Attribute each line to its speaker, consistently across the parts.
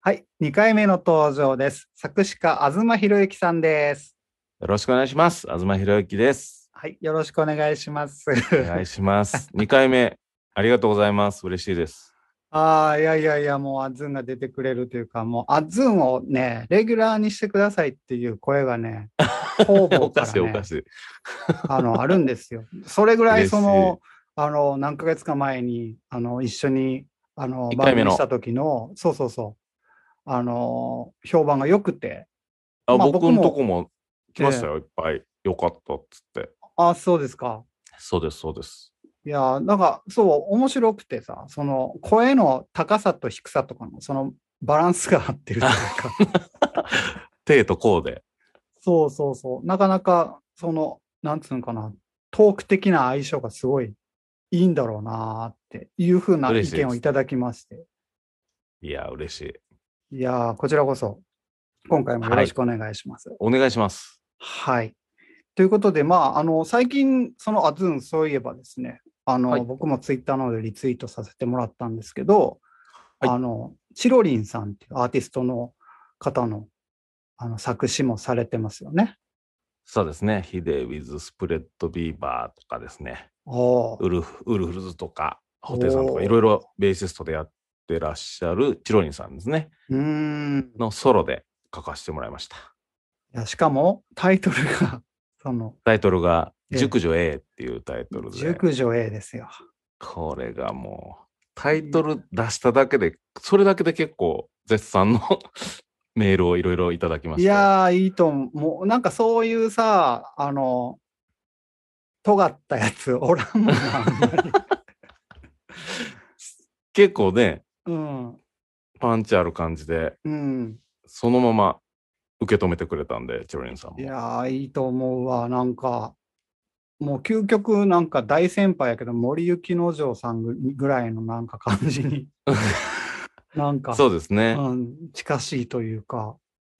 Speaker 1: はい、2回目の登場です。作詞家、東博之さんです。
Speaker 2: よろしくお願いします。東博之です。
Speaker 1: はい、よろしくお願いします。
Speaker 2: お願いします。2回目、ありがとうございます。嬉しいです。
Speaker 1: ああ、いやいやいや、もうあずんが出てくれるというか、もうあずんをね、レギュラーにしてくださいっていう声が ね、方々
Speaker 2: お
Speaker 1: か、
Speaker 2: からしい、おか
Speaker 1: ね、
Speaker 2: しい。
Speaker 1: あの、あるんですよ。それぐらい、
Speaker 2: 嬉しい
Speaker 1: その、あの、何ヶ月か前に、あの、一緒に、あの、
Speaker 2: 一
Speaker 1: 番
Speaker 2: 回目
Speaker 1: 組
Speaker 2: の
Speaker 1: した時の、そうそうそう、あの、評判が良くて、
Speaker 2: あ、
Speaker 1: まあ
Speaker 2: 僕
Speaker 1: 僕も
Speaker 2: のとこも来ましたよ、いっぱい。よかったっつって。
Speaker 1: ああ、そうですか。
Speaker 2: そうです、そうです。
Speaker 1: いやー、なんか、そう、面白くてさ、その、声の高さと低さとかの、その、バランスが合ってるというか。
Speaker 2: 手とこうで。
Speaker 1: そうそうそう。なかなか、その、なんつうのかな、トーク的な相性がすごいいいんだろうなーっていうふうな意
Speaker 2: 嬉しいです
Speaker 1: 見をいただきまして。
Speaker 2: いや、嬉しい。
Speaker 1: いやー、こちらこそ、今回もよろしくお願いします。はい。
Speaker 2: お願いします。
Speaker 1: ということで、まあ、あの、最近、その、あずん、そういえばですね、あの、
Speaker 2: はい
Speaker 1: 僕もツイッターなどでリツイートさせてもらったんですけど、
Speaker 2: はい
Speaker 1: あの、チロリンさんっていうアーティストの方の、あの、作詞もされてますよね。
Speaker 2: そうですね。ヒデ with スプレッドビーバーとかですね。
Speaker 1: おー
Speaker 2: ウルフウルフルズとか、ホテイさんと
Speaker 1: お
Speaker 2: か、
Speaker 1: ー
Speaker 2: いろいろベーシストでやってらっしゃるチロリンさんですね。
Speaker 1: うーん。
Speaker 2: のソロで書かせてもらいました。
Speaker 1: いやしかもタイトルが その
Speaker 2: タイトルが「
Speaker 1: ええ
Speaker 2: 熟女 A」っていうタイトルで、
Speaker 1: 熟女 A ですよ。
Speaker 2: これがもうタイトル出しただけでそれだけで結構絶賛の メールをいろいろいただきました
Speaker 1: いやーいいと思う。もうなんかそういうさあの尖ったやつおらんもんなあんま り
Speaker 2: 結構ね
Speaker 1: うん
Speaker 2: パンチある感じで
Speaker 1: うん。
Speaker 2: そのまま受け止めてくれたんでチロリンさんも
Speaker 1: いやーいいと思うわなんかもう究極なんか大先輩やけど森幸之丞さんぐらいのなんか感じ になんか
Speaker 2: そうですね、
Speaker 1: うん、近しいというか。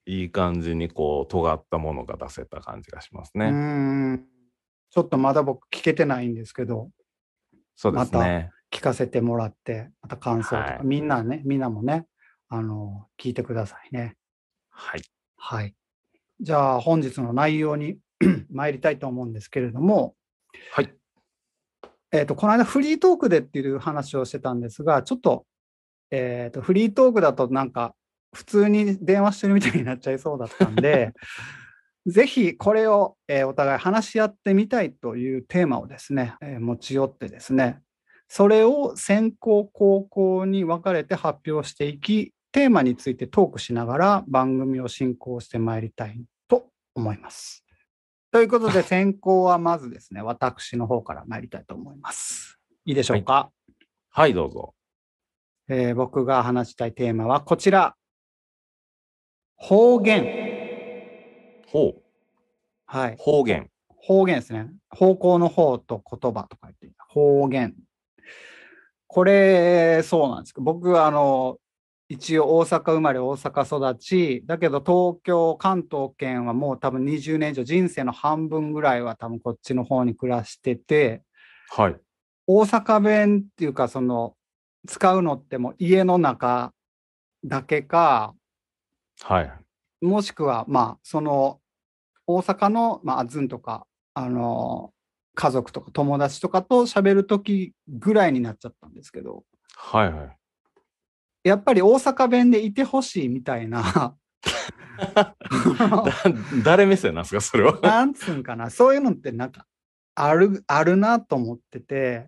Speaker 2: いい感じにこう尖ったものが出せた感じがします
Speaker 1: う
Speaker 2: ね、
Speaker 1: んちょっとまだ僕聞けてないんですけど。
Speaker 2: そうですね
Speaker 1: 聞かせてもらって、また感想とか、
Speaker 2: はい
Speaker 1: みんなね、みんなもね、あの、聞いてくださいね。
Speaker 2: はい
Speaker 1: はい。じゃあ、本日の内容に 参りたいと思うんですけれども、
Speaker 2: はい
Speaker 1: えっ、と、この間フリートークでっていう話をしてたんですが、ちょっと、えっ、と、フリートークだとなんか、普通に電話してるみたいになっちゃいそうだったん で、ぜひこれを、えーお互い話し合ってみたいというテーマをですね、えー持ち寄ってですね、それを先行後攻に分かれて発表していき、テーマについてトークしながら番組を進行してまいりたいと思います。ということで、先行はまずですね、私の方から参りたいと思います。いいでしょうか、
Speaker 2: はいどうぞ
Speaker 1: えー僕が話したいテーマはこちら。方言。
Speaker 2: ほう
Speaker 1: はい。
Speaker 2: 方言
Speaker 1: 方言ですね。方向の方と言葉とか言って、方言。これ、そうなんですけど、僕はあの、一応大阪生まれ、大阪育ち、だけど東京、関東圏はもう多分20年以上、人生の半分ぐらいは多分こっちの方に暮らしてて、
Speaker 2: はい
Speaker 1: 大阪弁っていうか、その、使うのってもう家の中だけか、
Speaker 2: はい
Speaker 1: もしくは、まあ、その、大阪の、まあ、あずんとか、あの、家族とか友達とかと喋るときぐらいになっちゃったんですけど、
Speaker 2: はいはい
Speaker 1: やっぱり大阪弁でいてほしいみたいな、
Speaker 2: だ誰目線なんですかそれは
Speaker 1: なんつうんかな、そういうのってなんか、ある、あるなと思ってて、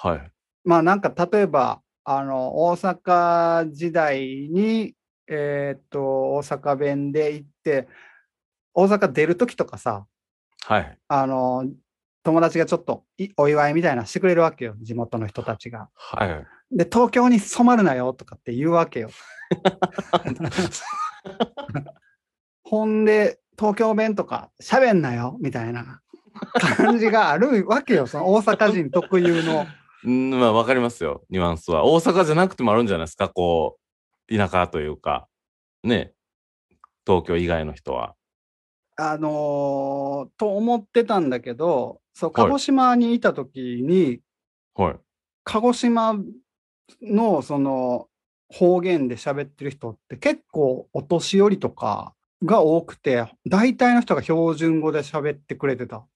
Speaker 2: はい
Speaker 1: まあなんか例えば、あの、大阪時代に、えーっと、大阪弁で行って、大阪出るときとかさ、
Speaker 2: はい
Speaker 1: あの、友達がちょっといお祝いみたいなのしてくれるわけよ、地元の人たちが。
Speaker 2: はいはい
Speaker 1: で、東京に染まるなよとかって言うわ けよ。ほんで、東京弁とか喋んなよみたいな感じがあるわけよ、その大阪人特有の。
Speaker 2: うんまあわかりますよニュアンスは大阪じゃなくてもあるんじゃないですかこう田舎というかね東京以外の人は
Speaker 1: あのーと思ってたんだけど、そう、
Speaker 2: はい
Speaker 1: 鹿児島にいた時に、
Speaker 2: はい
Speaker 1: 鹿児島のその方言で喋ってる人って結構お年寄りとかが多くて、大体の人が標準語で喋ってくれてた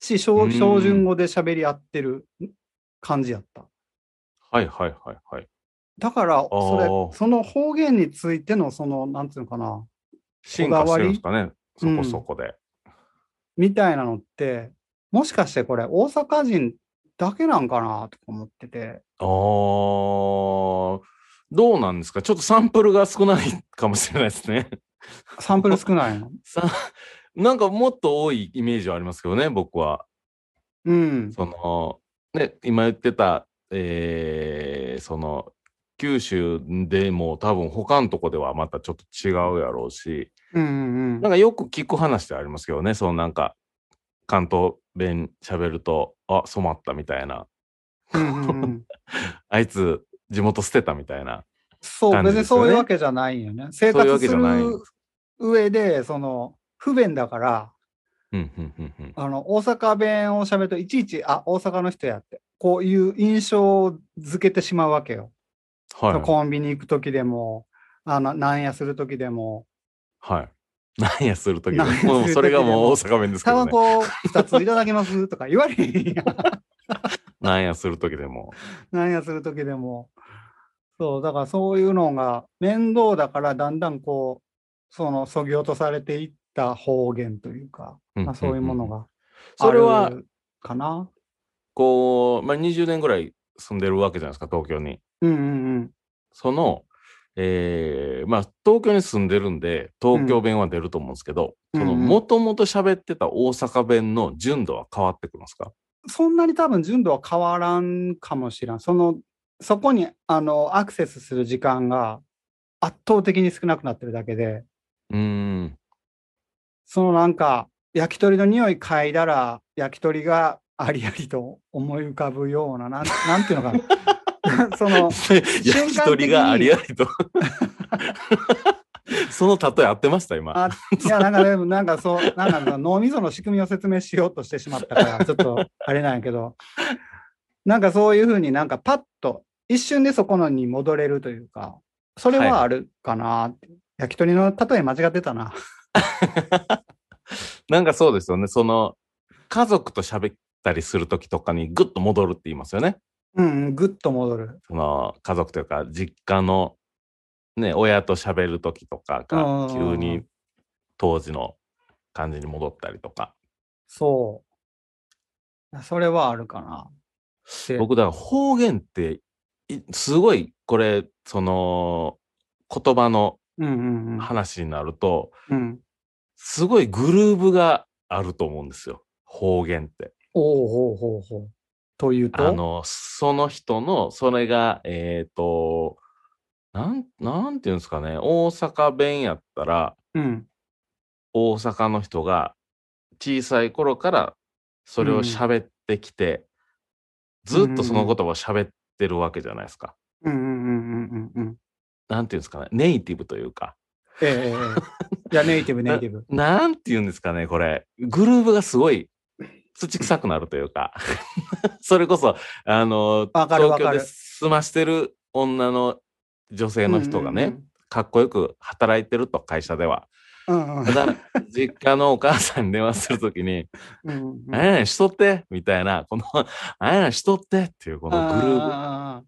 Speaker 1: し、
Speaker 2: う
Speaker 1: 標
Speaker 2: ん
Speaker 1: 標準語で喋り合ってる感じやった。
Speaker 2: はいはいはいはい。
Speaker 1: だから、
Speaker 2: ー
Speaker 1: それ、その方言についての、その、なんていうのかな、
Speaker 2: 進化してるんですかね、そこそこで。
Speaker 1: みたいなのって、もしかしてこれ、大阪人だけなんかなとか思ってて、
Speaker 2: あーどうなんですかちょっとサンプルが少ないかもしれないですね。
Speaker 1: サンプル少ないの。
Speaker 2: さなんかもっと多いイメージはありますけどね、僕は。
Speaker 1: うん。
Speaker 2: その、ね、今言ってた、えーその、九州でも多分他のとこではまたちょっと違うやろうし、
Speaker 1: うんうんう
Speaker 2: な
Speaker 1: ん。
Speaker 2: んかよく聞く話ではありますけどね、そのなんか、関東弁喋ると、あ、染まったみたいな、
Speaker 1: うんうんうん
Speaker 2: あいつ地元捨てたみたいな。
Speaker 1: そう、
Speaker 2: 感じ
Speaker 1: 別
Speaker 2: で
Speaker 1: に
Speaker 2: すよね
Speaker 1: そういうわけじゃないよね。生
Speaker 2: そうい
Speaker 1: 活
Speaker 2: うわ
Speaker 1: す
Speaker 2: けじゃない
Speaker 1: る上で、その、不便だから、
Speaker 2: うんうんうんうん。
Speaker 1: あの、大阪弁を喋ると、いちいち、あ、大阪の人やって、こういう印象づけてしまうわけよ。
Speaker 2: はいはい。
Speaker 1: コンビニ行くときでも、あの、なんやするときでも、
Speaker 2: はい。なんやするときで
Speaker 1: なんやする時でも
Speaker 2: もうそれがもう大阪弁ですけ
Speaker 1: タ
Speaker 2: ど
Speaker 1: バ
Speaker 2: ね。
Speaker 1: コ2ついただけますとか言われへん やん。
Speaker 2: なんやするときでも。
Speaker 1: なんやするときでも。そう、だからそういうのが面倒だから、だんだんこう、その、そぎ落とされていった方言というか、
Speaker 2: んんん
Speaker 1: まあ、そういうもの。が
Speaker 2: それ
Speaker 1: あ
Speaker 2: は、
Speaker 1: るかな。
Speaker 2: こう、まあ、20年ぐらい住んでるわけじゃないですか、東京に。
Speaker 1: うんうんうん。
Speaker 2: その、えーまあ、東京に住んでるんで、東京弁は出ると思うんですけど、
Speaker 1: うん
Speaker 2: その、
Speaker 1: うんうん
Speaker 2: もともと喋ってた大阪弁の純度は変わってくるんですか
Speaker 1: そんなに多分純度は変わらんかもしれん。その、そこに、あの、アクセスする時間が圧倒的に少なくなってるだけで、
Speaker 2: うー ん。
Speaker 1: そのなんか、焼き鳥の匂い嗅いだら、焼き鳥がありありと思い浮かぶような、なんなんていうのかな。 その、
Speaker 2: 焼き鳥がありありと。 その例え合ってました、今。
Speaker 1: あいや、なんかでも、なんかそう、なんかその脳みその仕組みを説明しようとしてしまったから、ちょっとあれなんやけ ど、なんかそういうふうになんかパッと、一瞬でそこのに戻れるというか、それはあるかなって、焼き鳥の例え間違ってたな。
Speaker 2: なんかそうですよね。その、家族と喋ったりするときとかにぐっと戻るって言いますよね。
Speaker 1: うんうん、ぐっと戻る。
Speaker 2: その、家族というか、実家の、ね、親と喋るときとか
Speaker 1: う
Speaker 2: が
Speaker 1: ん、
Speaker 2: 急に当時の感じに戻ったりとか。
Speaker 1: そう。それはあるかな。で
Speaker 2: 僕、だから方言って、いすごい、これ、その、言葉の
Speaker 1: うんうん
Speaker 2: 話になると、
Speaker 1: うん。うん、
Speaker 2: すごいグルーブがあると思うんですよ。方言って。
Speaker 1: おうほうほうほう。というと、
Speaker 2: あの、その人の、それが、えっ、と、なん、なんていうんですかね、大阪弁やったら、
Speaker 1: うん、
Speaker 2: 大阪の人が小さい頃からそれを喋ってきて、ずっとその言葉を喋ってるわけじゃないですか。
Speaker 1: うんうんうんうんうんうん。
Speaker 2: なんていうんですかね、ネイティブというか、
Speaker 1: ええええええ。いや、ネイティブ、ネイティブ。
Speaker 2: なんていうんですかね、これ、グルーブがすごい土臭くなるというか、 それこそ、あの、
Speaker 1: わかるわか
Speaker 2: 東京で
Speaker 1: る。
Speaker 2: 済ましてる女の女性の人がね、かっこよく働いてると会社では
Speaker 1: うんうんうん。
Speaker 2: ただ実家のお母さんに電話するときに
Speaker 1: うんうんうん
Speaker 2: 「何やねんしとって」みたいなこの「何やねんしとって」っていうこのグルー
Speaker 1: あー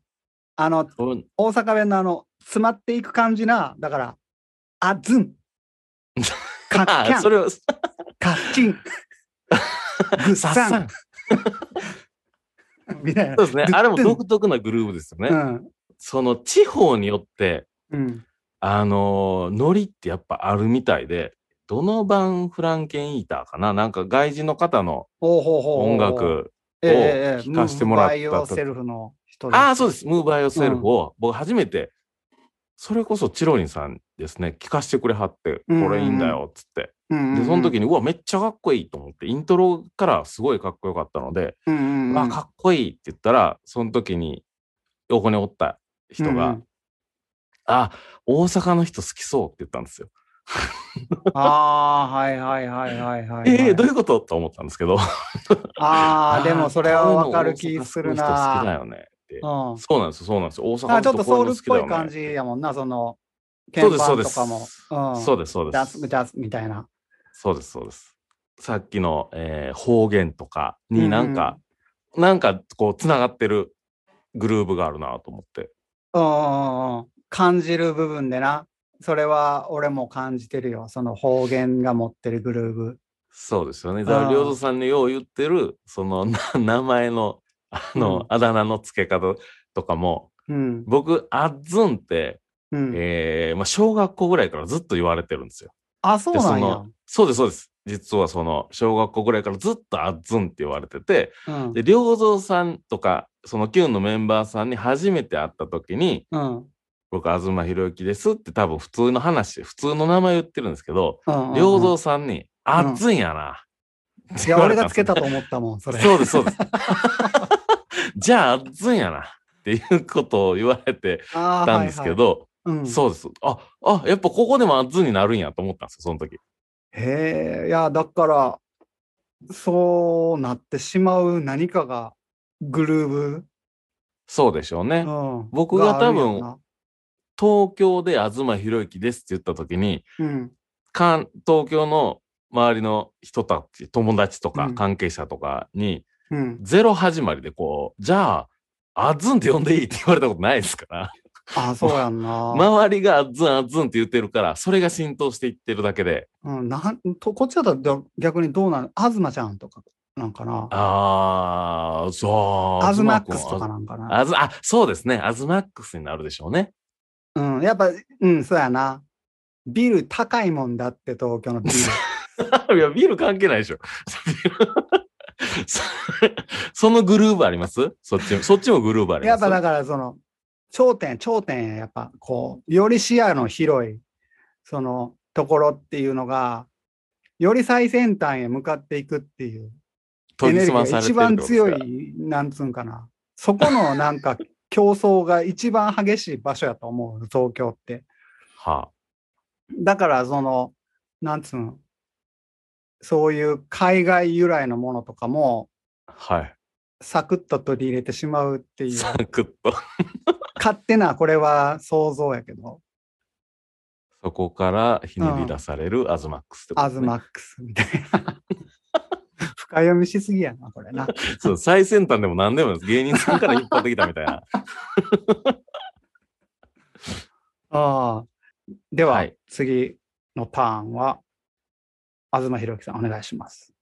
Speaker 1: あの、
Speaker 2: プこう
Speaker 1: 大阪弁のあの、詰まっていく感じな、だから、あず ん。かっきゃ
Speaker 2: あ
Speaker 1: ん
Speaker 2: そ。れをさ
Speaker 1: かっち ん。ぐっ
Speaker 2: っさ
Speaker 1: さん
Speaker 2: ん。
Speaker 1: みたいな。
Speaker 2: そうですね
Speaker 1: ぐっ
Speaker 2: あれも
Speaker 1: てん
Speaker 2: 独特なグループですよね、
Speaker 1: うん。
Speaker 2: その地方によって
Speaker 1: うん。
Speaker 2: あのーノリってやっぱあるみたいでどの版フランケンイーターかななんか外人の方の
Speaker 1: ほうほうほうほう。
Speaker 2: 音楽
Speaker 1: ええええ
Speaker 2: を聴かせてもらった
Speaker 1: ムーブバイオ
Speaker 2: 時
Speaker 1: セルフの人です
Speaker 2: ああ、そうです。ムーバイオセルフを、僕初めて、それこそチロリンさんですね、聞かせてくれはって、
Speaker 1: うんうんうん
Speaker 2: これいいんだよ、っつって。
Speaker 1: うんうんうん。
Speaker 2: で、その時に、うわ、めっちゃかっこいいと思って、イントロからすごいかっこよかったので、
Speaker 1: うんうんうん、
Speaker 2: あかっこいいって言ったら、その時に横におった人が、
Speaker 1: うんうん
Speaker 2: あ、大阪の人好きそうって言ったんですよ。
Speaker 1: ああ、はいはいはいはいはいはい。
Speaker 2: ええどういうことと思ったんですけど。
Speaker 1: ああ、でもそれはわかる
Speaker 2: こういう
Speaker 1: 気
Speaker 2: の
Speaker 1: する
Speaker 2: 大阪の人好きだ
Speaker 1: な。
Speaker 2: よね。って。
Speaker 1: うん
Speaker 2: そうなんですよ、そうなんですよ。大阪の
Speaker 1: あちょ
Speaker 2: 人
Speaker 1: っと
Speaker 2: こう
Speaker 1: ソ
Speaker 2: いう
Speaker 1: ウル
Speaker 2: の
Speaker 1: っ
Speaker 2: 好き
Speaker 1: ぽ
Speaker 2: だ
Speaker 1: い
Speaker 2: よ
Speaker 1: 感
Speaker 2: ね。
Speaker 1: じやもんな、その、鍵
Speaker 2: そうです、そう
Speaker 1: 盤
Speaker 2: で
Speaker 1: と
Speaker 2: す。
Speaker 1: かも。うん
Speaker 2: そうです、そうで
Speaker 1: ジャズ、
Speaker 2: す。
Speaker 1: ジャズみたいな。
Speaker 2: そうです、そうです。さっきの、えー方言とかになんか、なんかこう、つながってるグルーブがあるなと思って。
Speaker 1: うんうんうん感じる部分でな。それは俺も感じてるよ。その方言が持ってるグルーブ。
Speaker 2: そうですよね。
Speaker 1: ん
Speaker 2: だから、りょうぞさんによう言ってる、その、 な名前の、あの、
Speaker 1: うん
Speaker 2: あだ名の付け方とかも、
Speaker 1: うん。
Speaker 2: 僕、あっずんって、
Speaker 1: うん。
Speaker 2: えーまあ、小学校ぐらいからずっと言われてるんですよ。
Speaker 1: あ、そう
Speaker 2: でそ
Speaker 1: なんや
Speaker 2: の。そうです、そうです。実はその、小学校ぐらいからずっとあっずんって言われてて、
Speaker 1: うん。
Speaker 2: で、良三さんとか、その Q のメンバーさんに初めて会った時に、
Speaker 1: うん。
Speaker 2: 僕、東博之ですって多分普通の話、普通の名前言ってるんですけど、
Speaker 1: うん。
Speaker 2: 良
Speaker 1: うん
Speaker 2: 三さんに、あっずんやな。って
Speaker 1: い
Speaker 2: 言
Speaker 1: や、
Speaker 2: われ
Speaker 1: 俺
Speaker 2: たん
Speaker 1: が
Speaker 2: で
Speaker 1: つ
Speaker 2: すよ
Speaker 1: けたと思ったもん、それ。
Speaker 2: そうです、そう です。じゃあ、あっずんやな。っていうことを言われて
Speaker 1: あー
Speaker 2: たんですけ。
Speaker 1: はいはい
Speaker 2: ど、
Speaker 1: うん
Speaker 2: そうです。あ、あ、やっぱここでもあっずんになるんやと思ったんですよ、その時。
Speaker 1: へえ、いや、だから、そうなってしまう何かが、グルーブ。
Speaker 2: そうでしょうね。
Speaker 1: うん、
Speaker 2: 僕が多分
Speaker 1: あ
Speaker 2: 東京で東博之ですって言った時に、
Speaker 1: るよな、うん、
Speaker 2: 関東京の周りの人たち、友達と
Speaker 1: う
Speaker 2: か
Speaker 1: ん
Speaker 2: 関係者とかに、
Speaker 1: うん。
Speaker 2: ゼロ始まりでこう、じゃあ、あっずんって呼んでいいって言われたことないですから、
Speaker 1: あ、そうやんな。
Speaker 2: 周りがあっずんあっずんって言ってるから、それが浸透していってるだけで、
Speaker 1: うん、なんとこっちだったら逆にどうなる東ちゃんとかなんかな。
Speaker 2: あー、そう。
Speaker 1: アズマックスとか
Speaker 2: な。
Speaker 1: なんかな。
Speaker 2: あず、あ、そうですね。アズマックスになるでしょうね。
Speaker 1: うん、やっぱ、うん、そうやな。ビール高いもんだって、東京の ビール。
Speaker 2: いや、ビール関係ないでしょ。 そそのグルーブありますそっちも、そっちもグルーブあり
Speaker 1: や
Speaker 2: ま
Speaker 1: っ
Speaker 2: す
Speaker 1: ぱだからその頂点頂点やっぱこうより視野の広いそのところっていうのがより最先端へ向かっていくっていうエ
Speaker 2: 研ぎ
Speaker 1: ネルギ
Speaker 2: 澄ま
Speaker 1: ー
Speaker 2: さ
Speaker 1: が
Speaker 2: れて
Speaker 1: 一
Speaker 2: るって
Speaker 1: 番
Speaker 2: ことです
Speaker 1: 強
Speaker 2: から
Speaker 1: いなんつうんかなそこのなんか競争が一番激しい場所やと思う東京って
Speaker 2: は
Speaker 1: だからそのなんつうんそういう海外由来のものとかも
Speaker 2: あ、はい。
Speaker 1: サクッと取り入れてしまうっていう
Speaker 2: サクッと。
Speaker 1: 勝手なこれは想像やけど
Speaker 2: そこからひねり出されるアズマックスってこと
Speaker 1: ア
Speaker 2: で
Speaker 1: ズ
Speaker 2: すね。
Speaker 1: マックスみたい な。深読みしすぎやな、これな。
Speaker 2: そう、最先端でも何でもないです。芸人さんから引っ張ってきたみたいな。
Speaker 1: ああでは、
Speaker 2: はい
Speaker 1: 次のターンは、東博樹さん、お願いします。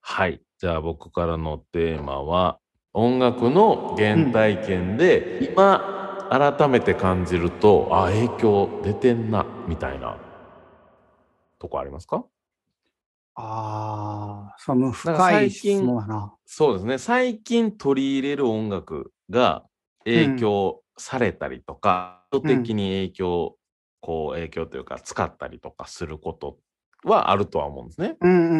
Speaker 2: はい。じゃあ僕からのテーマは、音楽の原体験で、今、改めて感じると、あ、影響出てんな、みたいな、とこありますか
Speaker 1: ああ、その
Speaker 2: なんか
Speaker 1: 深い
Speaker 2: 最
Speaker 1: 質
Speaker 2: 近
Speaker 1: 問やな。
Speaker 2: そうですね。最近取り入れる音楽が影響されたりとか、人的に影響、こう影響というか使ったりとかすることはあるとは思うんですね。
Speaker 1: うんうんうんう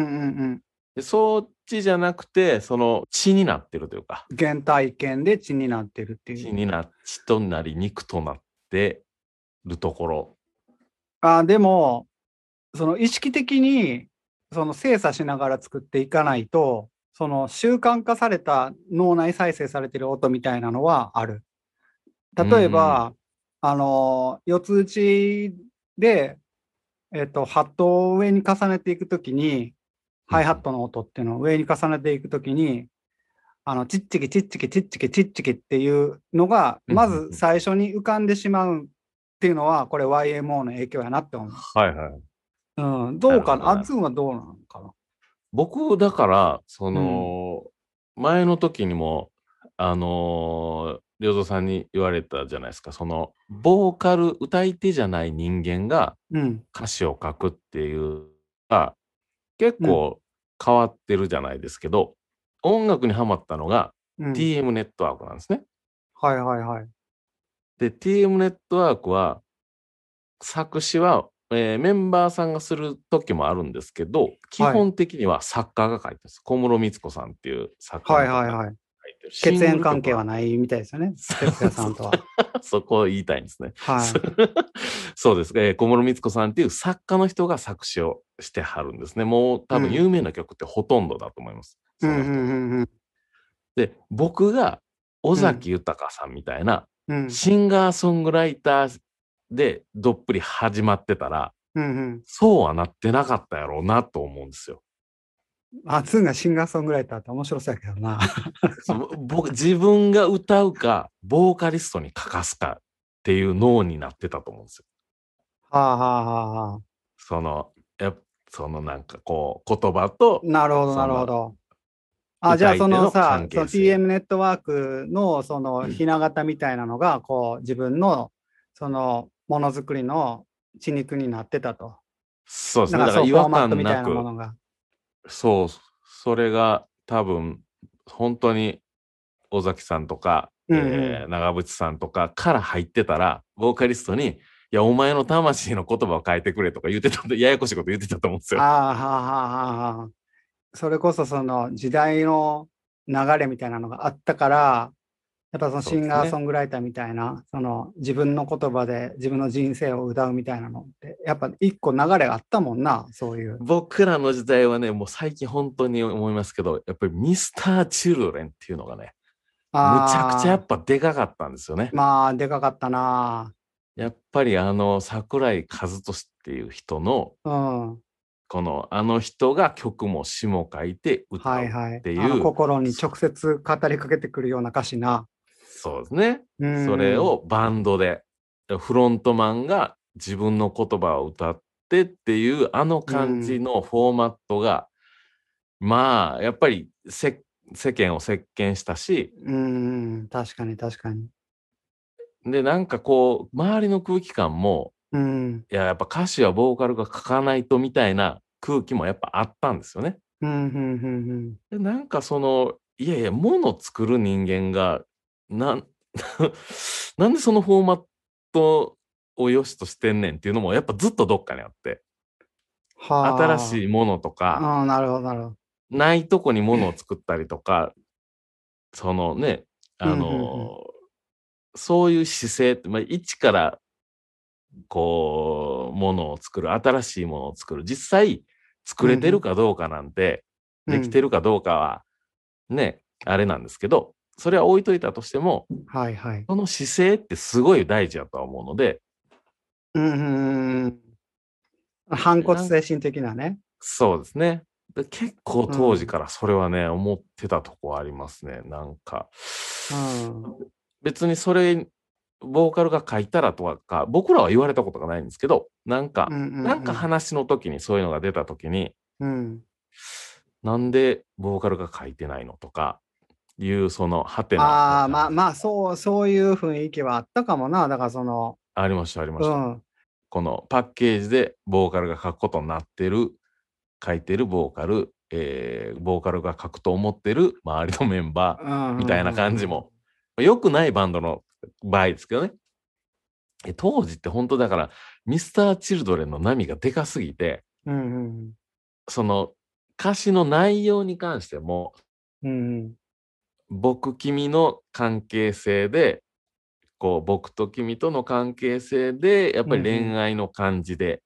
Speaker 1: ん。
Speaker 2: でそっちじゃなくて、その血になってるというか、
Speaker 1: 原体験で血になってるってい
Speaker 2: 血
Speaker 1: う。
Speaker 2: にな、血となり肉となってるところ。
Speaker 1: ああ、でも、その意識的に、その精査しながら作っていかないと、その習慣化された脳内再生されてる音みたいなのはある。例えば、あの、四つ打ちで、えっと、ハットを上に重ねていくときに、ハイハットの音っていうのを上に重ねていくときに、あの、チッチキチッチキチッチキチッチキっていうのが、
Speaker 2: うん
Speaker 1: まず最初に浮かんでしまうっていうのは、これ YMO の影響やなって思う。
Speaker 2: はいはい。
Speaker 1: うん、どうかな。
Speaker 2: なるほど
Speaker 1: あっつんはどうなのかな。
Speaker 2: 僕、だから、その、前の時にも、あのー、良三さんに言われたじゃないですか、その、ボーカル、歌い手じゃない人間が
Speaker 1: うん。
Speaker 2: 歌詞を書くっていうのが、結構変わってるじゃないですけど、音楽にハマったのが
Speaker 1: うん
Speaker 2: TM ネットワークなんですね。
Speaker 1: はいはいはい。
Speaker 2: で、TM ネットワークは、作詞は、えーメンバーさんがする時もあるんですけど、基本的には作家が書いてます。小室光子さんっていう作家
Speaker 1: はい
Speaker 2: の
Speaker 1: はい
Speaker 2: 方が
Speaker 1: はい。
Speaker 2: 書いてる。
Speaker 1: 血縁関係は
Speaker 2: ね。
Speaker 1: ないみたいですよね。
Speaker 2: そう
Speaker 1: 哲也さんとは。
Speaker 2: そこを言いたいんですね。
Speaker 1: はい。
Speaker 2: そうです、えー小室光子さんっていう作家の人が作詞をしてはるんですね。もう多
Speaker 1: う
Speaker 2: 分
Speaker 1: ん
Speaker 2: 有名な曲ってほとんどだと思います。
Speaker 1: うん
Speaker 2: その
Speaker 1: う
Speaker 2: 人
Speaker 1: んうんうん。
Speaker 2: で、僕が尾崎豊さんみたいな、
Speaker 1: うん
Speaker 2: シンガーソングライターでどっぷり始まってたら、
Speaker 1: うんうん。
Speaker 2: そうはなってなかったやろうなと思うんで すよ。
Speaker 1: あ、つんがシンガーソングライターって面白そうやけどな。
Speaker 2: そう僕自分が歌うかボーカリストに欠かすかっていう脳になってたと思うんですよ。
Speaker 1: はあはあはあはあ。
Speaker 2: そのやそのなんかこう言葉と
Speaker 1: なるほど、
Speaker 2: その
Speaker 1: なるほど。あ、じゃあそのさ
Speaker 2: 歌い、手
Speaker 1: そ
Speaker 2: の
Speaker 1: の
Speaker 2: 関係性
Speaker 1: TM ネットワークのその
Speaker 2: うん
Speaker 1: ひな形みたいなのが、こう自分のそのものづくりの血肉になってたと。
Speaker 2: そうです
Speaker 1: だ
Speaker 2: ね
Speaker 1: か
Speaker 2: だ
Speaker 1: ら
Speaker 2: か
Speaker 1: そう、フォ
Speaker 2: ら違
Speaker 1: ー
Speaker 2: 和
Speaker 1: マット
Speaker 2: 感
Speaker 1: みたい
Speaker 2: な
Speaker 1: な
Speaker 2: く
Speaker 1: ものが。
Speaker 2: そうそれが多分本当に尾崎さんとか、
Speaker 1: うんうん
Speaker 2: えー長渕さんとかから入ってたらボーカリストに「いやお前の魂の言葉を変えてくれ」とか言ってたんでややこしいこと言ってたと思うんです
Speaker 1: あー
Speaker 2: よ。
Speaker 1: はあはあはあ。それこそその時代の流れみたいなのがあったから、やっぱそのシンガーソングライターみたいな、そ,、の自分の言葉で自分の人生を歌うみたいなのって、やっぱ一個流れがあったもんな、そういう。
Speaker 2: 僕らの時代はねもう最近本当に思いますけどやっぱりミスター・チルドレンっていうのがねむちゃくちゃや
Speaker 1: あー
Speaker 2: っぱでかかったんですよね。
Speaker 1: まあ、でかかったな。
Speaker 2: やっぱりあの桜井和寿っていう人の
Speaker 1: うん。は
Speaker 2: このあの人が曲も詩も書いて歌う、
Speaker 1: いはい。
Speaker 2: っていう
Speaker 1: あの心に直接語りかけてくるような歌詞な。
Speaker 2: そうですね。
Speaker 1: うん
Speaker 2: それ。をバンドでフロントマンが自分の言葉を歌ってっていうあの感じのフォーマットが、まあやっぱりせ世間を席巻したし
Speaker 1: うん、確かに確かに。
Speaker 2: でなんかこう周りの空気感も
Speaker 1: うん、
Speaker 2: いややっぱ歌詞はボーカルが書かないとみたいな空気もやっぱあったんですよね。
Speaker 1: うん、うん、うん、うん。
Speaker 2: でなんかそのいやいや物作る人間がなん なんでそのフォーマットを良しとしてんねんっていうのもやっぱずっとどっかにあって
Speaker 1: は
Speaker 2: 新し
Speaker 1: い。
Speaker 2: いものとか
Speaker 1: ああ、なるほど、なるほど。
Speaker 2: ないとこにものを作ったりとかそのねあの、
Speaker 1: うんうん
Speaker 2: そういう姿勢って、まあ、一からこうものを作る新しいものを作る実際作れてるかどうかなんて、できて
Speaker 1: る。
Speaker 2: るかどうかは、ね、あれなんですけど、それは置いといたとしても、
Speaker 1: はい、はい。
Speaker 2: その姿勢ってすごい大事だとは思うので、
Speaker 1: うん、うんうん。反骨精神的なね。
Speaker 2: そうですね。で結構当時からそれはね、思ってたとこはありますね。なんか、
Speaker 1: うん。
Speaker 2: 別にそれ、ボーカルが書いたらとか、僕らは言われたことがないんですけど、なんか、
Speaker 1: な
Speaker 2: なんか、話の時にそういうのが出た時に、
Speaker 1: うん。
Speaker 2: なんでボーカルが書いてないのとか、いうその、ハテナ。
Speaker 1: ああ、まあ、まあ、そう、そういう雰囲気はあったかもな。だから、その、
Speaker 2: ありました、ありま
Speaker 1: う
Speaker 2: した。
Speaker 1: ん。
Speaker 2: このパッケージでボーカルが書くことになってる書いてるボーカル、えーボーカルが書くと思ってる周りのメンバーみ
Speaker 1: み
Speaker 2: たいな感じ。も、良くないバンドの場合ですけどねえ当時って本当だからミスター・チルドレンの波がでかすぎて
Speaker 1: うん
Speaker 2: その歌詞の内容に関しても
Speaker 1: うん。うん
Speaker 2: 僕君の関係性でこう僕と君との関係性でやっぱり
Speaker 1: うんうん
Speaker 2: 恋愛の感じで、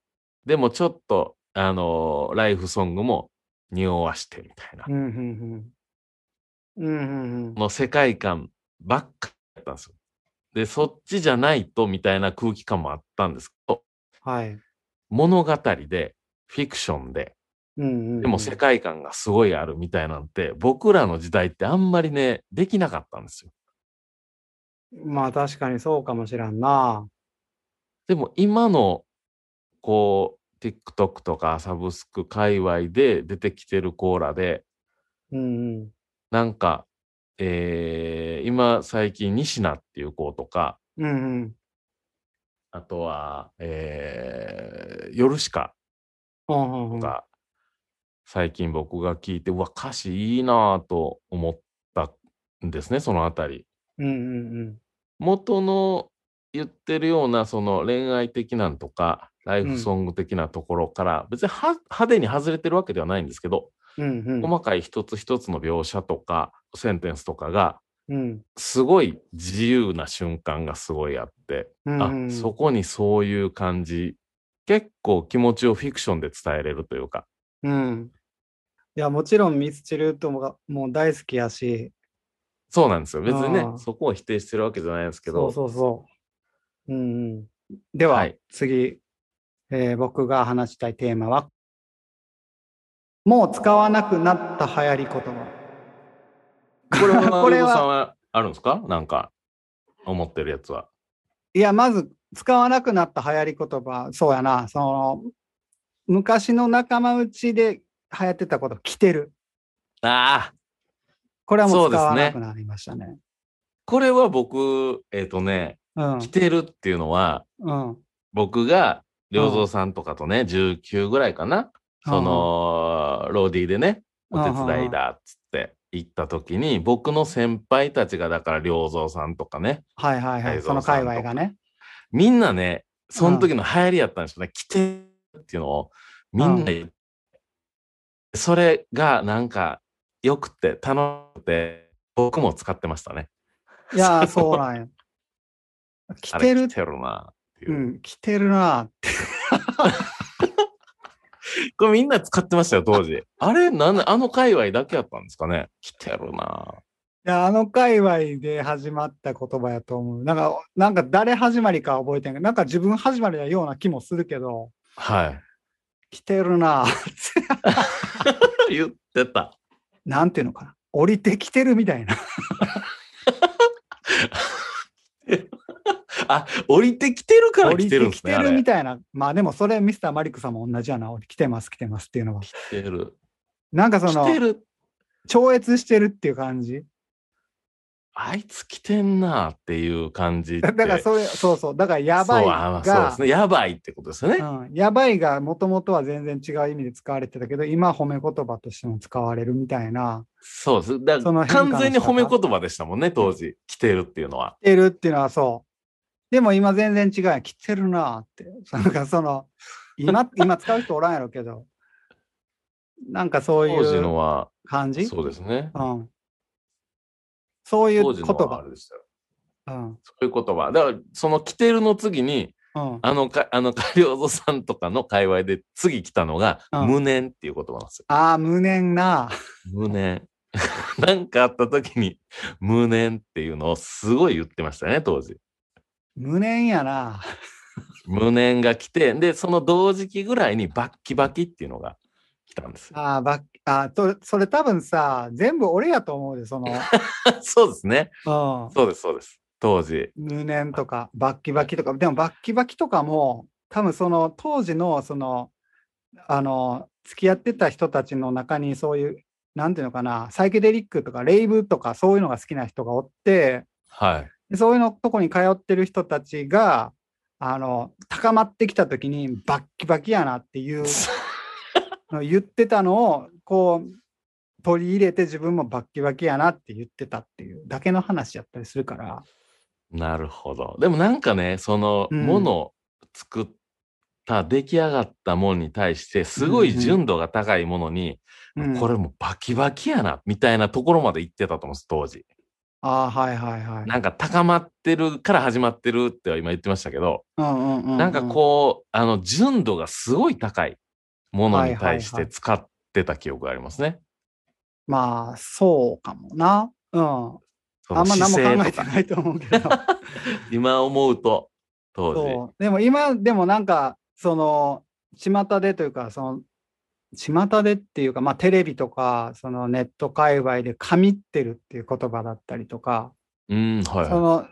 Speaker 2: でもちょっとあのーライフソングも匂わしてみたいな、
Speaker 1: うん。うんうんうん。うんうんうん。
Speaker 2: の世界観ばっかだったんですよ。でそっちじゃないとみたいな空気感もあったんですけど
Speaker 1: はい。
Speaker 2: 物語でフィクションで
Speaker 1: うんうんうん。
Speaker 2: でも世界観がすごいあるみたいなんて僕らの時代ってあんまりねできなかったんですよ。
Speaker 1: まあ確かにそうかもしらんな。
Speaker 2: でも今のこう TikTok とかサブスク界隈で出てきてるコーラで
Speaker 1: うんうん。
Speaker 2: なんか、えー今最近西名っていう子とか
Speaker 1: うんうん。
Speaker 2: あとは、えー、ヨルシカ
Speaker 1: うんうん
Speaker 2: とか、最近僕が聞いてうわ歌詞いいなぁと思ったんですねそのあたり。
Speaker 1: うん
Speaker 2: 元の言ってるようなその恋愛的なんとかライフソング的なところから、別には派手に外れてるわけではないんですけど、
Speaker 1: うんうん。
Speaker 2: 細かい一つ一つの描写とかセンテンスとかが
Speaker 1: うん
Speaker 2: すごい自由な瞬間がすごいあって、
Speaker 1: うんうん。
Speaker 2: あそこにそういう感じ結構気持ちをフィクションで伝えれるというか
Speaker 1: うん。いやもちろんミスチルともがもう大好きやし、
Speaker 2: そうなんですよ。別にね
Speaker 1: あ、ー
Speaker 2: そこを否定してるわけじゃないんですけ
Speaker 1: そ
Speaker 2: ど、
Speaker 1: うそうそう。うんうん、では、
Speaker 2: はい
Speaker 1: 次、えー僕が話したいテーマは、もう使わなくなった流行り言葉。
Speaker 2: これは
Speaker 1: これ
Speaker 2: ナル
Speaker 1: は
Speaker 2: トさんはあるんですかなんか、思ってるやつは。
Speaker 1: いや、まず、使わなくなった流行り言葉、そうやな、その、昔の仲間内で流行ってたこと、着てる。
Speaker 2: ああ、
Speaker 1: これはもう使
Speaker 2: そう
Speaker 1: わ
Speaker 2: です
Speaker 1: な
Speaker 2: ね
Speaker 1: くなりましたね。
Speaker 2: これは僕、えっ、とね、
Speaker 1: うん
Speaker 2: 着てるっていうのは、
Speaker 1: うん。
Speaker 2: 僕が、良三さんとかとね、19ぐらいかな、その、ローディーでね、お手伝いだっつって行った時に、僕の先輩たちが、だから良三さんとかね、
Speaker 1: うん。はいはいは
Speaker 2: 太
Speaker 1: い。
Speaker 2: 蔵さ
Speaker 1: そ
Speaker 2: ん
Speaker 1: の
Speaker 2: とか
Speaker 1: 界隈がね。
Speaker 2: みんなね、その時の流行りやったんですよね。着てるっていうのを、みんな言って、それがなんか、良くて、楽しくて、僕も使ってましたね。
Speaker 1: いやー、そうなんや。着
Speaker 2: あれ
Speaker 1: てる
Speaker 2: 着、てるなっていうう、
Speaker 1: ん、着てるなって。
Speaker 2: これみんな使ってましたよ、当時。あれ、なんで、あの界隈だけやったんですかね。着てるない
Speaker 1: や、あの界隈で始まった言葉やと思う。なんか、なんか誰始まりか覚えてんけど、なんか自分始まりなような気もするけど、
Speaker 2: は
Speaker 1: 着てるな ぁ
Speaker 2: い。言ってた。
Speaker 1: なんていうのかな。降りてきてるみたいな。
Speaker 2: あ、降りてきてるから
Speaker 1: 降
Speaker 2: 着
Speaker 1: り
Speaker 2: て
Speaker 1: て
Speaker 2: るんで
Speaker 1: き
Speaker 2: すね。
Speaker 1: て
Speaker 2: あ
Speaker 1: る
Speaker 2: れ
Speaker 1: みたいな。まあでもそれ、ミスターマリックさんも同じやな。降り来てます、来てますっていうの は。
Speaker 2: 着てる。
Speaker 1: なんかそ
Speaker 2: 着て
Speaker 1: の、
Speaker 2: る。
Speaker 1: 超越してるっていう感じ。
Speaker 2: あいつ着てんなっていう感じって。
Speaker 1: だからそれ、そうそう。だからやばい
Speaker 2: そうあまあ
Speaker 1: が、
Speaker 2: そうですね。やばいってことですよね。
Speaker 1: うん、やばいがもともとは全然違う意味で使われてたけど今褒め言葉としても使われるみたいな
Speaker 2: そうです。だか
Speaker 1: そ
Speaker 2: ら
Speaker 1: の変化の
Speaker 2: 完全に
Speaker 1: 仕方
Speaker 2: 褒め言葉でしたもんね、当時。着てるっていうのは。
Speaker 1: 着てるっていうのはそうでも今全然違うやん着てるなーってなんかその今今使う人おらんやろうけどなんかそうい
Speaker 2: 当時の
Speaker 1: う
Speaker 2: は、
Speaker 1: 感じ
Speaker 2: そうですね。
Speaker 1: うん、そういう
Speaker 2: 当
Speaker 1: 言
Speaker 2: 時のはあ
Speaker 1: 葉、
Speaker 2: れでしたよ。
Speaker 1: うん
Speaker 2: そういう言葉。だから、その着てるの次に、
Speaker 1: うん、
Speaker 2: あのか、あの、カリオゾさんとかの界隈で次来たのが、
Speaker 1: うん
Speaker 2: 無念っていう言葉なんですよ。
Speaker 1: ああ無念な
Speaker 2: 無念。 なんかあった時に、無念っていうのをすごい言ってましたね、当時。
Speaker 1: 無念やな
Speaker 2: 無念が来て、で、その同時期ぐらいにバッキバキっていうのが来たんですよ。
Speaker 1: あーばっあーとそれ多分さ全部俺やと思うでそ の、
Speaker 2: そうですね。
Speaker 1: うん、
Speaker 2: そうです、そうです。当時。
Speaker 1: 無念とかバッキバキとかでもバッキバキとかも多分その当時のそのあの付き合ってた人たちの中にそういうなんていうのかなサイケデリックとかレイブとかそういうのが好きな人がおって
Speaker 2: はい。
Speaker 1: でそういうのとこに通ってる人たちがあの高まってきた時にバッキバキやなっていうのを言ってたのをこう取り入れて自分もバッキバキやなって言ってたっていうだけの話やったりするから。
Speaker 2: なるほど。でもなんかね、その、
Speaker 1: うん
Speaker 2: ものを作った、出来上がったものに対して、すごい純度が高いものに、
Speaker 1: うん
Speaker 2: これもうバキバキやな、みたいなところまで行ってたと思うんです、当時。
Speaker 1: ああはいはいはい。
Speaker 2: なんか高まってるから始まってるって今言ってましたけど、
Speaker 1: な
Speaker 2: なんかこう、あの、純度がすごい高いものに対し
Speaker 1: はいはいは
Speaker 2: て
Speaker 1: い
Speaker 2: 使ってた記憶がありますね。
Speaker 1: うん。まあ、そうかもな。うん。
Speaker 2: そ
Speaker 1: あ
Speaker 2: の
Speaker 1: んま何も考え
Speaker 2: 姿勢
Speaker 1: て
Speaker 2: とか
Speaker 1: ないと思うけど。
Speaker 2: 今思うと、当時。
Speaker 1: そう。でも今、でもなんか、その、巷でというか、その、巷でっていうか、まあ、テレビとか、そのネット界隈で、神ってるっていう言葉だったりとか、
Speaker 2: うん、はい。
Speaker 1: その、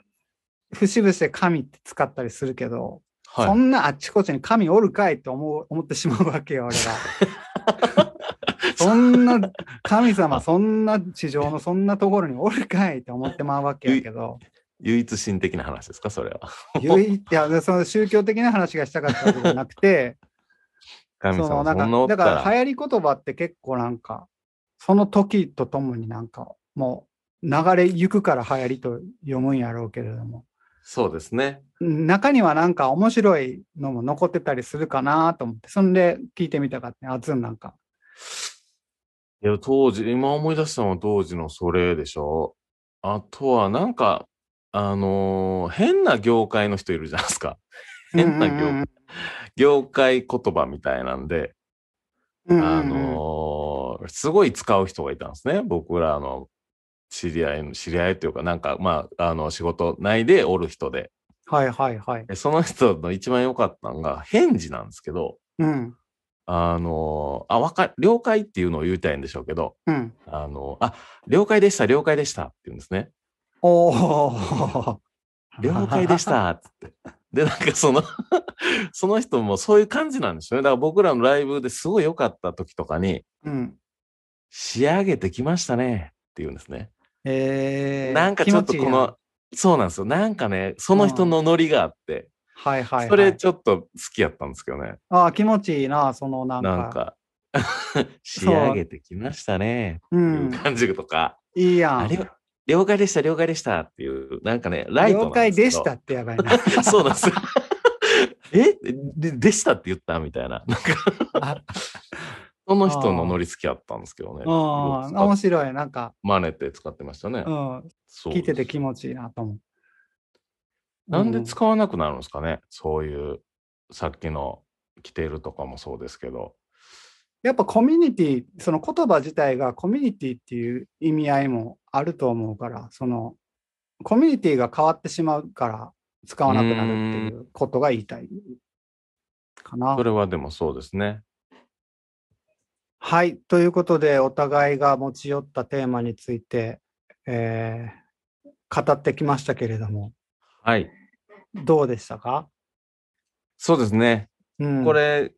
Speaker 1: 節々で神って使ったりするけど、
Speaker 2: はい
Speaker 1: そんなあっちこっちに神おるかいと思う思ってしまうわけよ、俺は。 そんな神様、そんな地上のそんなところにおるかいって思ってまうわけやけ ど、
Speaker 2: 唯一神的な話ですか、それは。
Speaker 1: 唯一いやその宗教的な話がしたかったわけじゃなくて、
Speaker 2: 神
Speaker 1: その
Speaker 2: 様
Speaker 1: な
Speaker 2: そ
Speaker 1: ん
Speaker 2: ん
Speaker 1: か
Speaker 2: なおった
Speaker 1: だ
Speaker 2: ら。
Speaker 1: から流行り言葉って結構なんか、その時とともになんかもう流れ行くから流行りと読むんやろうけれども、
Speaker 2: そうですね。
Speaker 1: 中にはなんか面白いのも残ってたりするかなと思って、そんで聞いてみたかったね、あつんなんか。
Speaker 2: いや、当時、今思い出したのは当時のそれでしょ。あとは、なんか、あのー変な業界の人いるじゃないですか。変な業界
Speaker 1: うんうんうん
Speaker 2: 業界言葉みたいなんで、
Speaker 1: うんうんうん
Speaker 2: あのーすごい使う人がいたんですね。僕らの知り合いの、知り合いというか、なんか、まあ、あの、仕事内でおる人で、
Speaker 1: はいはいはい。
Speaker 2: でその人の一番良かったのが、返事なんですけど、
Speaker 1: うん。
Speaker 2: あの、あ、わか、了解っていうのを言いたいんでしょうけど、
Speaker 1: うん。
Speaker 2: あの、あ、了解でした、了解でしたって言うんですね。
Speaker 1: お お。
Speaker 2: 了解でし。たっつって。で、なんかその、 その人もそういう感じなんでしょうね。だから僕らのライブですごい良かった時とかに、
Speaker 1: うん。
Speaker 2: 仕上げてきましたねって言うんですね。
Speaker 1: えー、
Speaker 2: なんかちょっと
Speaker 1: 気持ちい
Speaker 2: こ
Speaker 1: いな
Speaker 2: の、そうなんですよ。なんかね、その人のノリがあって、
Speaker 1: はいはい、はい。
Speaker 2: それちょっと好きやったんですけどね。
Speaker 1: ああ、気持ちいいな、そのなんか。
Speaker 2: なん か、仕上げてきましたね
Speaker 1: う。
Speaker 2: っていうん感じとか、
Speaker 1: いいや
Speaker 2: あ
Speaker 1: ん。
Speaker 2: れは了解でした、了解でしたっていう、なんかね、ライトな
Speaker 1: 了
Speaker 2: んで
Speaker 1: 解
Speaker 2: すけど
Speaker 1: でしたってやばいな。
Speaker 2: そうなんですよ。えででしたって言ったみたいな。なん
Speaker 1: あ
Speaker 2: かその人のノリ好きやったんですけどね。
Speaker 1: うん。面白い。なんか、
Speaker 2: 真似て使ってましたね
Speaker 1: う。ん。
Speaker 2: そう
Speaker 1: 聞いてて
Speaker 2: です
Speaker 1: 気持ちいいなと思う。
Speaker 2: なんで
Speaker 1: うん
Speaker 2: 使わなくなるんですかね。そういう、さっきの着ているとかもそうですけど。
Speaker 1: やっぱコミュニティ、その言葉自体がコミュニティっていう意味合いもあると思うから、そのコミュニティが変わってしまうから使わなくなるっていうことが言いたいかな
Speaker 2: そ。れはでもそうですね。
Speaker 1: はい。ということで、お互いが持ち寄ったテーマについて、えー語ってきましたけれども、
Speaker 2: はい。
Speaker 1: どうでしたか、
Speaker 2: そうですね。
Speaker 1: うん、
Speaker 2: これ、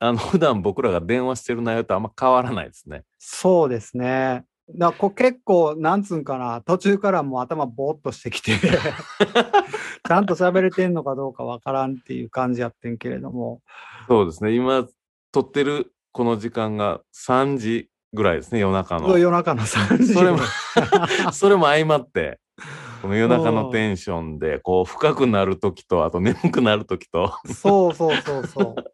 Speaker 2: あの、普段僕らが電話してる内容とあんま変わらないですね。
Speaker 1: そうですね。だからこう結構、なんつうんかな、途中からもう頭ぼーっとしてき て、ちゃんと喋れてんのかどうかわからんっていう感じやってんけれども、
Speaker 2: そうですね。今、撮ってるこの時間が3時ぐらいですね、夜中の。
Speaker 1: 夜中の3時
Speaker 2: それも それも相まって、この夜中のテンションで、こう、深くなるときと、あと眠くなるときと、
Speaker 1: そうそうそうそう。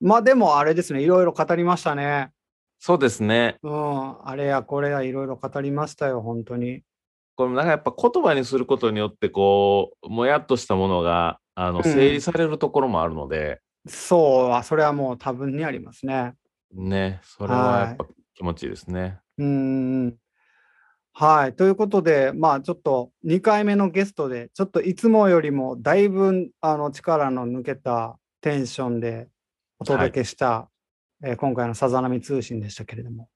Speaker 1: まあでもあれですね、いろいろ語りましたね。
Speaker 2: そうですね。
Speaker 1: うん、あれやこれやいろいろ語りましたよ、本当に。
Speaker 2: これもなんかやっぱ言葉にすることによって、こう、もやっとしたものが、あ
Speaker 1: うん
Speaker 2: の、整理されるところもあるので、
Speaker 1: そうは、それはもう多分にありますね。
Speaker 2: ね、それはやっぱ気持ちいいですね。
Speaker 1: うん。はい。ということで、まあちょっと2回目のゲストで、ちょっといつもよりもだいぶあの力の抜けたテンションでお届けした、えー今回のさざ波通信でしたけれども、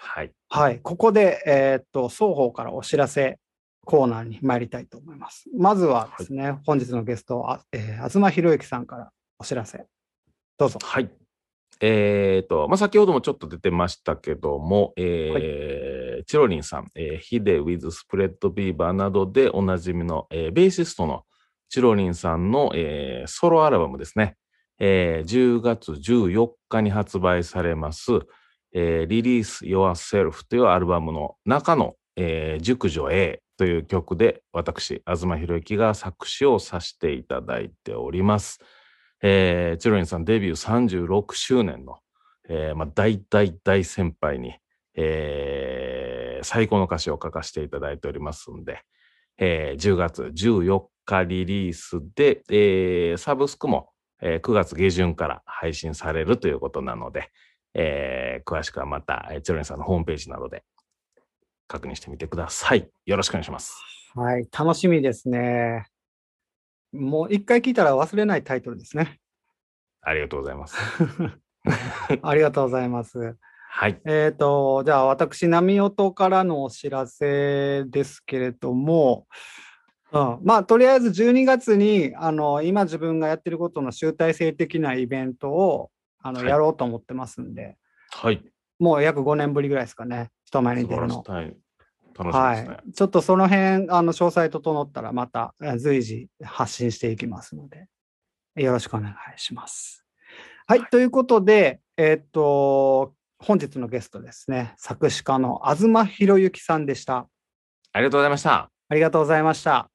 Speaker 2: はい。
Speaker 1: はい。ここで、えーっと、双方からお知らせコーナーに参りたいと思います。まずはですね、本日のゲスト、あえー、東博之さんからお知らせ。どうぞ。
Speaker 2: はい。えーと、まあ、先ほどもちょっと出てましたけども、えーチロリンさん、えーヒデ・ウィズ・スプレッド・ビーバーなどでおなじみの、えーベーシストのチロリンさんの、えーソロアルバムですね、えー10月14日に発売されます、えー、Release Yourself というアルバムの中の、えー熟女 A という曲で私、東博之が作詞をさせていただいております。えーチロリンさんデビュー36周年の、えーまあ、大大大先輩に、えー最高の歌詞を書かせていただいておりますんで、えー10月14日リリースで、えーサブスクも、えー9月下旬から配信されるということなので、えー詳しくはまた、えーチロリンさんのホームページなどで確認してみてください。よろしくお願いします。
Speaker 1: はい、楽しみですね。もう一回聞いたら忘れないタイトルですね。
Speaker 2: ありがとうございます。
Speaker 1: ありがとうございます。
Speaker 2: はい。
Speaker 1: えっ、と、じゃあ私、波音からのお知らせですけれども、うん、まあ、とりあえず12月に、あの、今自分がやってることの集大成的なイベントを、あの、
Speaker 2: はい
Speaker 1: やろうと思ってますんで、
Speaker 2: はい。
Speaker 1: もう約5年ぶりぐらいですかね、人前
Speaker 2: 素
Speaker 1: に出
Speaker 2: 晴
Speaker 1: る
Speaker 2: らし
Speaker 1: の
Speaker 2: い。タイム。楽しみ
Speaker 1: は
Speaker 2: ですね。
Speaker 1: い、ちょっとその辺あの詳細整ったらまたえー随時発信していきますのでよろしくお願いします。はい、ということで、えーっと本日のゲストですね作詞家の東博之さんでした。
Speaker 2: ありがとうございました。
Speaker 1: ありがとうございました。